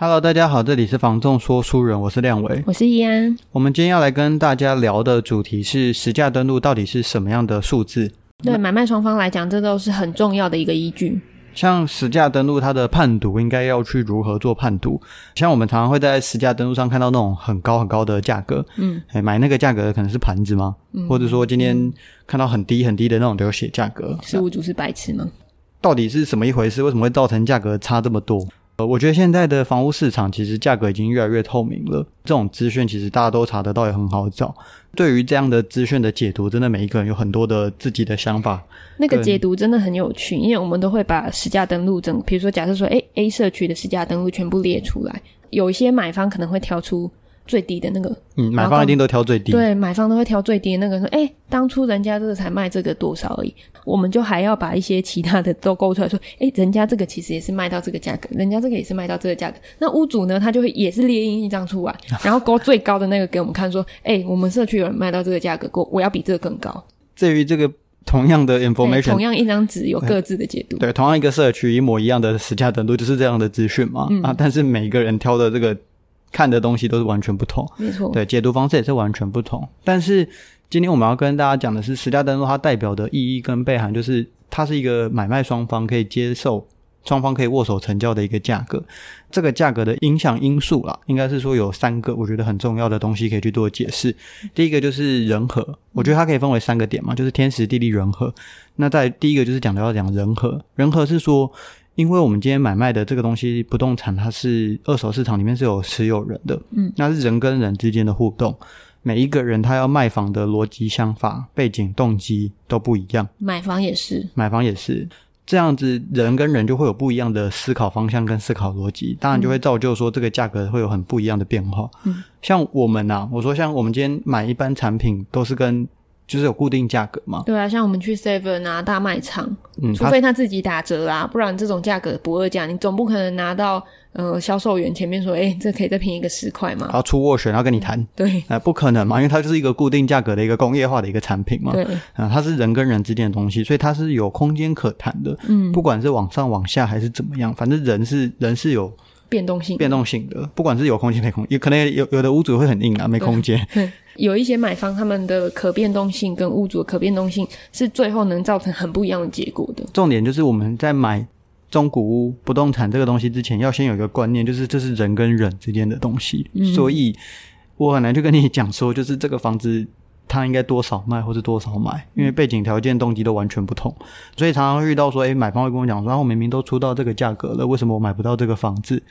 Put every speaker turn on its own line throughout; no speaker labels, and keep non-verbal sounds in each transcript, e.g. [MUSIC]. Hello，大家好，这里是房仲说书人，我是亮维。
我是易安，
我们今天要来跟大家聊的主题是实价登录到底是什么样的数字？
对买卖双方来讲，这都是很重要的一个依据。
像实价登录，它的判读应该要去如何做判读？像我们常常会在实价登录上看到那种很高很高的价格，
嗯，
哎，买那个价格可能是盘子吗？或者说今天看到很低很低的那种流血价格，
事务组是啊白痴吗？
到底是什么一回事？为什么会造成价格差这么多？呃，我觉得现在的房屋市场其实价格已经越来越透明了，这种资讯其实大家都查得到，也很好找。对于这样的资讯的解读，真的每一个人有很多的自己的想法。
那个
对
解读真的很有趣，因为我们都会把实价登录整，比如说假设说，哎，A 社区的实价登录全部列出来，有一些买方可能会挑出最低的那个，
嗯，买
然后
方一定都挑最低。
对，买方都会挑最低的那个，说，哎，当初人家这个才卖这个多少而已，我们就还要把一些其他的都勾出来说，哎，人家这个其实也是卖到这个价格，人家这个也是卖到这个价格，那屋主呢，他就会也是列印一张
[LAUGHS]
出来，然后勾最高的那个给我们看，说，哎，我们社区有人卖到这个价格，我我要比这个更高，
至于这个同样的
对，
information，
同样一张纸有各自的解读。
对，同样一个社区一模一样的实价登录，就是这样的资讯嘛、啊，但是每一个人挑的这个看的东西都是完全不同，
没错，
对，解读方式也是完全不同。但是今天我们要跟大家讲的是实价登录它代表的意义跟背涵，就是它是一个买卖双方可以接受。双方可以握手成交的一个价格，这个价格的影响因素啦，应该是说有三个我觉得很重要的东西可以去做解释。第一个就是人和，我觉得它可以分为三个点嘛，就是天时、地利、人和。那在第一个就是讲到要讲人和，人和是说，因为我们今天买卖的这个东西，不动产它是二手市场里面是有持有人的，那是人跟人之间的互动。每一个人他要卖房的逻辑、想法、背景、动机都不一样，
买房也是，
买房也是这样子，人跟人就会有不一样的思考方向跟思考逻辑，当然就会造就说这个价格会有很不一样的变化。
嗯，
像我们啊，我说像我们今天买一般产品都是跟就是有固定价格嘛，
对啊，像我们去 Seven 啊、大卖场，
嗯，
除
它
非他自己打折啊，不然这种价格不二价，你总不可能拿到呃销售员前面说，哎、这可以再便宜个十块嘛？
它出斡旋要跟你谈，
[LAUGHS] 对
哎、不可能嘛，因为它就是一个固定价格的一个工业化的一个产品嘛。
对，
啊、它是人跟人之间的东西，所以它是有空间可谈的。嗯，不管是往上往下还是怎么样，反正人是人是有
变动性。
变动性的，不管是有空间没空，有可能有有的屋主会很硬啊，没空间。
有一些买方他们的可变动性跟屋主的可变动性是最后能造成很不一样的结果的。
重点就是我们在买中古屋不动产这个东西之前，要先有一个观念，就是这是人跟人之间的东西，所以我很难去跟你讲说，就是这个房子。它应该多少卖或是多少买，因为背景条件、动机都完全不同，所以常常会遇到说，诶、买方会跟我讲说，啊，我明明都出到这个价格了，为什么我买不到这个房子？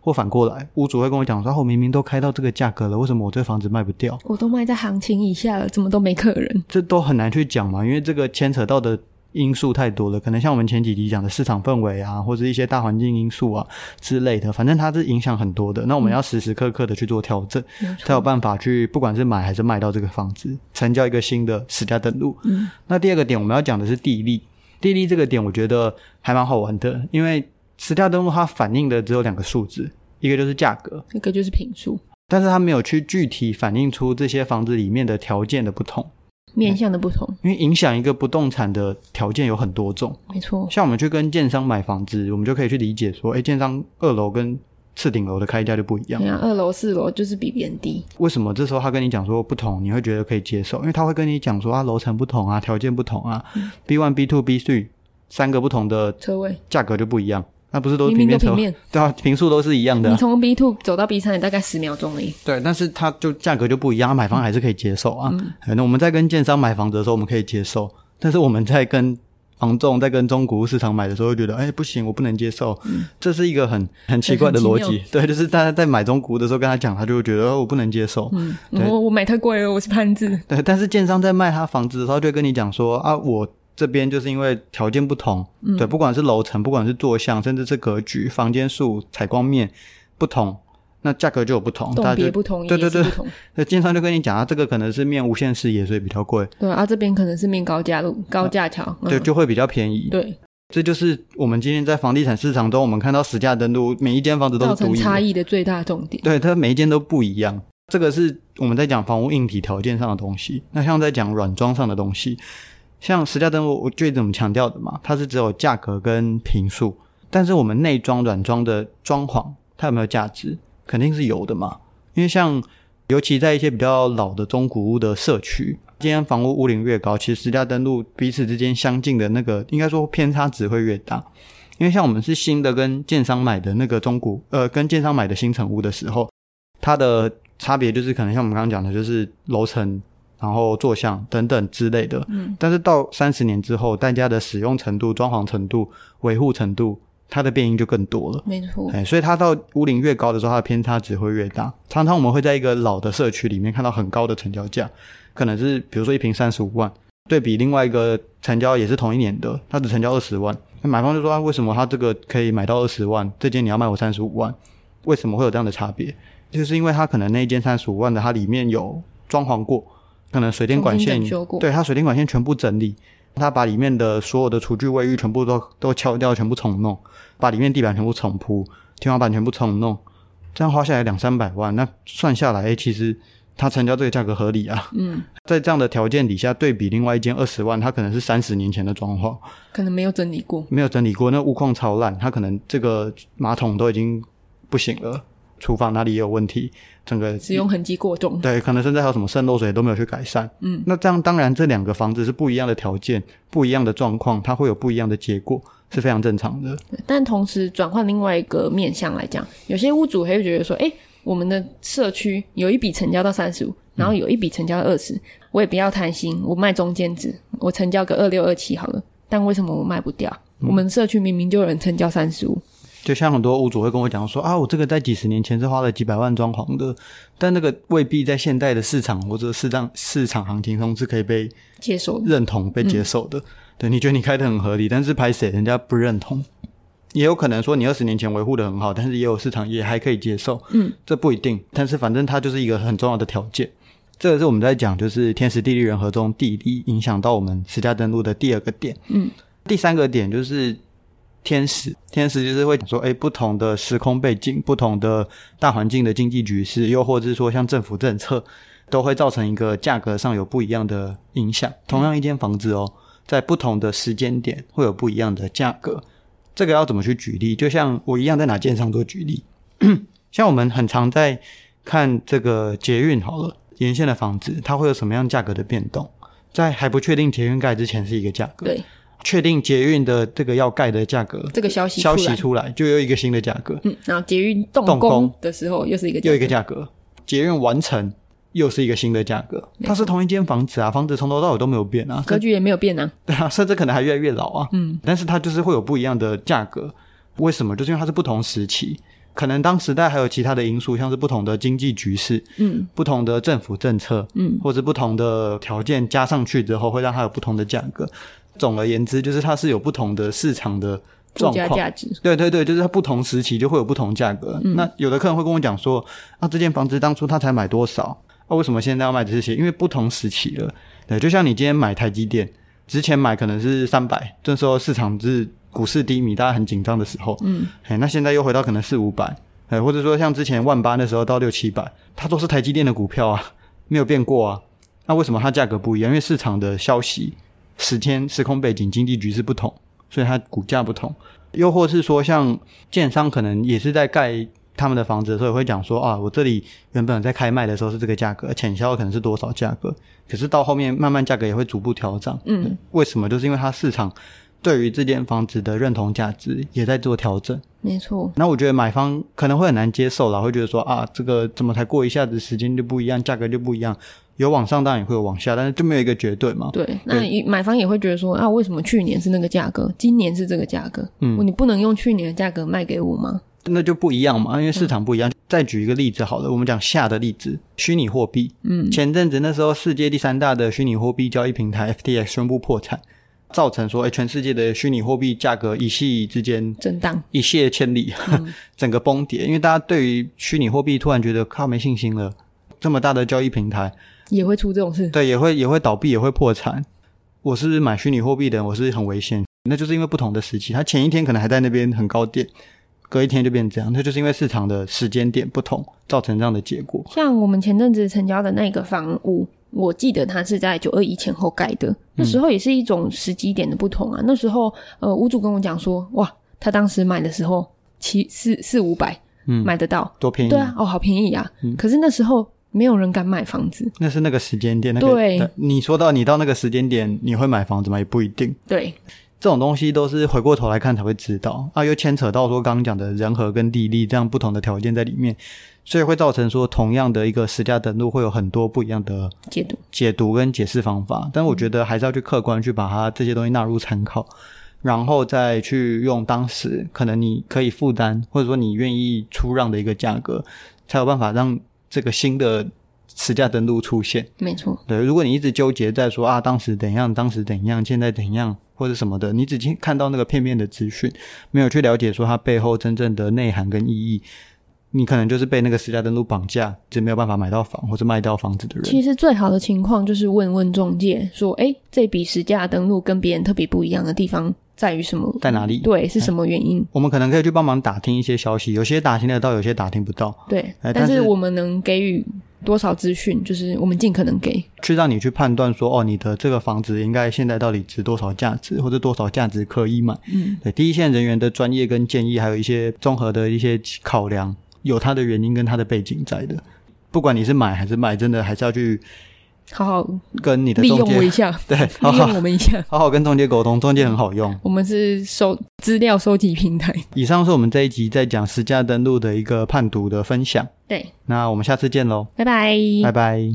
或反过来，屋主会跟我讲说，啊，我明明都开到这个价格了，为什么我这房子卖不掉？
我都卖在行情以下了，怎么都没客
[LAUGHS]
人？
这都很难去讲嘛，因为这个牵扯到的因素太多了，可能像我们前几集讲的市场氛围啊，或者一些大环境因素啊之类的，反正它是影响很多的。那我们要时时刻刻的去做调整，
嗯
才有办法去不管是买还是卖到这个房子，成交一个新的实价登录。嗯，那第二个点我们要讲的是地利，地利这个点我觉得还蛮好玩的，因为实价登录它反映的只有两个数字，一个就是价格，
一个就是平数，
但是它没有去具体反映出这些房子里面的条件的不同。
面向的不同，
因为影响一个不动产的条件有很多种，
没错。
像我们去跟建商买房子，我们就可以去理解说，哎，建商二楼跟次顶楼的开价就不一样
对。啊，二楼、四楼就是比别人低，
为什么这时候他跟你讲说不同，你会觉得可以接受？因为他会跟你讲说啊，楼层不同啊，条件不同啊，B
嗯
one、B two、B three 三个不同的
车位
价格就不一样，那不是都是
明
平
明都
面车
平？面，
对啊，平数都是一样的
你
啊。
从 B two 走到 B 三也大概十秒钟而已。
对，但是它就价格就不一样，买方还是可以接受啊。
嗯
哎那我们在跟建商买房子的时候，我们可以接受，但是我们在跟房仲在跟中古屋市场买的时候，会觉得哎不行，我不能接受，这是一个很很奇怪的逻
嗯很奇
辑。对，就是大家在买中古屋的时候跟他讲，他就会觉得、哦、我不能接受。
嗯，
对
我我买太贵了，我是盘子。
对，但是建商在卖他房子的时候，他就会跟你讲说啊，我这边就是因为条件不同，
嗯
对，不管是楼层，不管是坐向，甚至是格局、房间数、采光面不同，那价格就有不同，哦大
动
家
别
就
不同，
对
也
对
是
对
不，同。
那经常就跟你讲啊，这个可能是面无限视野，所以比较贵，
对啊，这边可能是面高架路、高架桥，嗯
就就会比较便宜。
对，
这就是我们今天在房地产市场中，我们看到实价登录，每一间房子都
造
是
成
独一
差
的，
异的最大重点。
对，它每一间都不一样。这个是我们在讲房屋硬体条件上的东西。那像在讲软装上的东西，像实价登录，我最怎么强调的嘛，它是只有价格跟平数，但是我们内装、软装的装潢，它有没有价值？肯定是有的嘛。因为像尤其在一些比较老的中古屋的社区，今天房屋屋龄越高，其实实价登录彼此之间相近的那个，应该说偏差值会越大。因为像我们是新的跟建商买的那个中古，呃，跟建商买的新城屋的时候，它的差别就是可能像我们刚刚讲的，就是楼层、然后坐向等等之类的。嗯，但是到三十年之后，大家的使用程度、装潢程度、维护程度，它的变因就更多了。
没错，
哎，所以它到屋龄越高的时候，它的偏差值会越大。常常我们会在一个老的社区里面看到很高的成交价，可能是比如说一平三十五万，对比另外一个成交也是同一年的，它只成交二十万，那买方就说、啊、为什么他这个可以买到二十万，这间你要卖我三十五万，为什么会有这样的差别？就是因为它可能那一间三十五万的，它里面有装潢过，可能水电管
重新
线
整修过
对它水电管线全部整理，它把里面的所有的厨具、卫浴全部都都敲掉，全部重弄，把里面地板全部重铺，天花板全部重弄，这样花下来两三百万，那算下来，诶其实它成交这个价格合理啊。
嗯，
在这样的条件底下，对比另外一间二十万，它可能是三十年前的装潢，
可能没有整理过，
没有整理过，那屋况超烂，它可能这个马桶都已经不行了，厨房哪里也有问题，整个
使用痕迹过重。
对，可能甚至还有什么渗漏水都没有去改善。
嗯，
那这样当然这两个房子是不一样的条件，不一样的状况，它会有不一样的结果，是非常正常的。
但同时转换另外一个面向来讲，有些屋主还会觉得说，哎、我们的社区有一笔成交到三十五，然后
嗯
有一笔成交二十，我也不要贪心，我卖中间值，我成交个二六二七好了。但为什么我卖不掉？
嗯
我们社区明明就有人成交三十五，
就像很多屋主会跟我讲说啊，我这个在几十年前是花了几百万装潢的，但那个未必在现代的市场或者市场市场行情中是可以被
接受的嗯
认同、被接受的。对，你觉得你开的很合理，但是拍谁人家不认同，也有可能说你二十年前维护的很好，但是也有市场也还可以接受。
嗯，
这不一定，但是反正它就是一个很重要的条件。这个是我们在讲，就是天时地利人和中，地利影响到我们实价登录的第二个点。
嗯，
第三个点就是天时，天时就是会讲说，哎，不同的时空背景、不同的大环境的经济局势，又或者是说像政府政策，都会造成一个价格上有不一样的影响。
嗯
同样一间房子哦，在不同的时间点会有不一样的价格。这个要怎么去举例？就像我一样在哪件上做举例， [CLEARS THROAT] 像我们很常在看这个捷运好了，沿线的房子它会有什么样价格的变动？在还不确定捷运盖之前是一个价格，
对
确定捷运的这个要盖的价格，
这个消息出
消
来，
息出来就又一个新的价格，
嗯，然后捷运动
动
工
工
的时候又是一个
又一个价格，捷运完成又是一个新的价格。它是同一间房子啊，房子从头到尾都没有变啊，
格局也没有变啊，
[LAUGHS] 对啊，甚至可能还越来越老啊。
嗯，
但是它就是会有不一样的价格，为什么？就是因为它是不同时期，可能当时代还有其他的因素，像是不同的经济局势、
嗯
不同的政府政策，
嗯，
或者不同的条件加上去之后，会让它有不同的价格。总而言之，就是它是有不同的市场的
附
状
加
况。
价值，
对对对，就是它不同时期就会有不同价格。那有的客人会跟我讲说，啊，这间房子当初他才买多少，啊，为什么现在要卖这些？因为不同时期了。对，就像你今天买台积电，之前买可能是三百，这时候市场是股市低迷，大家很紧张的时候，
嗯，
哎，那现在又回到可能四五百，哎，或者说像之前万八那时候到六七百，它都是台积电的股票啊，没有变过啊。那为什么它价格不一样？因为市场的消息、时间、时空背景、经济局势不同，所以它股价不同。又或是说，像建商可能也是在盖他们的房子的时候，也会讲说啊，我这里原本在开卖的时候是这个价格，潜销可能是多少价格，可是到后面慢慢价格也会逐步调整。
嗯，
为什么？就是因为它市场对于这间房子的认同价值也在做调整。
没错，
那我觉得买方可能会很难接受啦，会觉得说啊，这个怎么才过一下子时间就不一样，价格就不一样，有往上当然也会有往下，但是就没有一个绝对嘛。
对，那也买方也会觉得说啊，为什么去年是那个价格，今年是这个价格？
嗯
你不能用去年的价格卖给我吗？
那就不一样嘛，因为市场不一样。再举一个例子好了，我们讲下的例子，虚拟货币。
嗯，
前阵子那时候，世界第三大的虚拟货币交易平台 FTX 宣布破产，造成说，哎，全世界的虚拟货币价格一夕之间
震荡。
一泻千里， [LAUGHS] 整个崩跌，因为大家对于虚拟货币突然觉得靠没信心了，这么大的交易平台，
也会出这种事，
对，也会也会倒闭，也会破产。我是买虚拟货币的人，我是很危险。那就是因为不同的时期，它前一天可能还在那边很高点，隔一天就变这样。那就是因为市场的时间点不同，造成这样的结果。
像我们前阵子成交的那个房屋，我记得它是在九二一前后盖
嗯
的，那时候也是一种时机点的不同啊。那时候，呃，屋主跟我讲说，哇，他当时买的时候七四四五百，
嗯
买得到，
多便宜！嗯
对啊，哦，好便宜啊。可是那时候没有人敢买房子，
那是那个时间点。那个
对
那你说到你到那个时间点，你会买房子吗？也不一定。
对，
这种东西都是回过头来看才会知道啊，又牵扯到说刚刚讲的人和跟地利这样不同的条件在里面，所以会造成说同样的一个实价登录会有很多不一样的
解读
解读跟解释方法，但我觉得还是要去客观去把它这些东西纳入参考，然后再去用当时可能你可以负担或者说你愿意出让的一个价格，才有办法让这个新的实价登录出现。
没错，
对，如果你一直纠结在说啊，当时怎样，当时怎样，现在怎样，或者什么的，你只听看到那个片面的资讯，没有去了解说它背后真正的内涵跟意义，你可能就是被那个私家登录绑架，就没有办法买到房或者卖掉房子的人。
其实最好的情况就是问问中介说，哎，这笔实价登录跟别人特别不一样的地方在于什么？
在哪里
对，是什么原因？
我们可能可以去帮忙打听一些消息，有些打听得到，有些打听不到，
对，
哎
但
但是
是我们能给予多少资讯，就是我们尽可能给。
去让你去判断说，哦，你的这个房子应该现在到底值多少价值，或者多少价值可以买。
嗯，
对，第一线人员的专业跟建议，还有一些综合的一些考量，有它的原因跟它的背景在的。不管你是买还是卖，真的还是要去
好好
跟你的
利
中
用我
介
一，下，
[LAUGHS] 对，好
利
好
用我们一下。
好好跟中介沟通，中介很好用。
我们是收资料收集平台，
以上是我们这一集在讲实价登录的一个判读的分享，
对，
那我们下次见喽，
拜拜。
拜拜。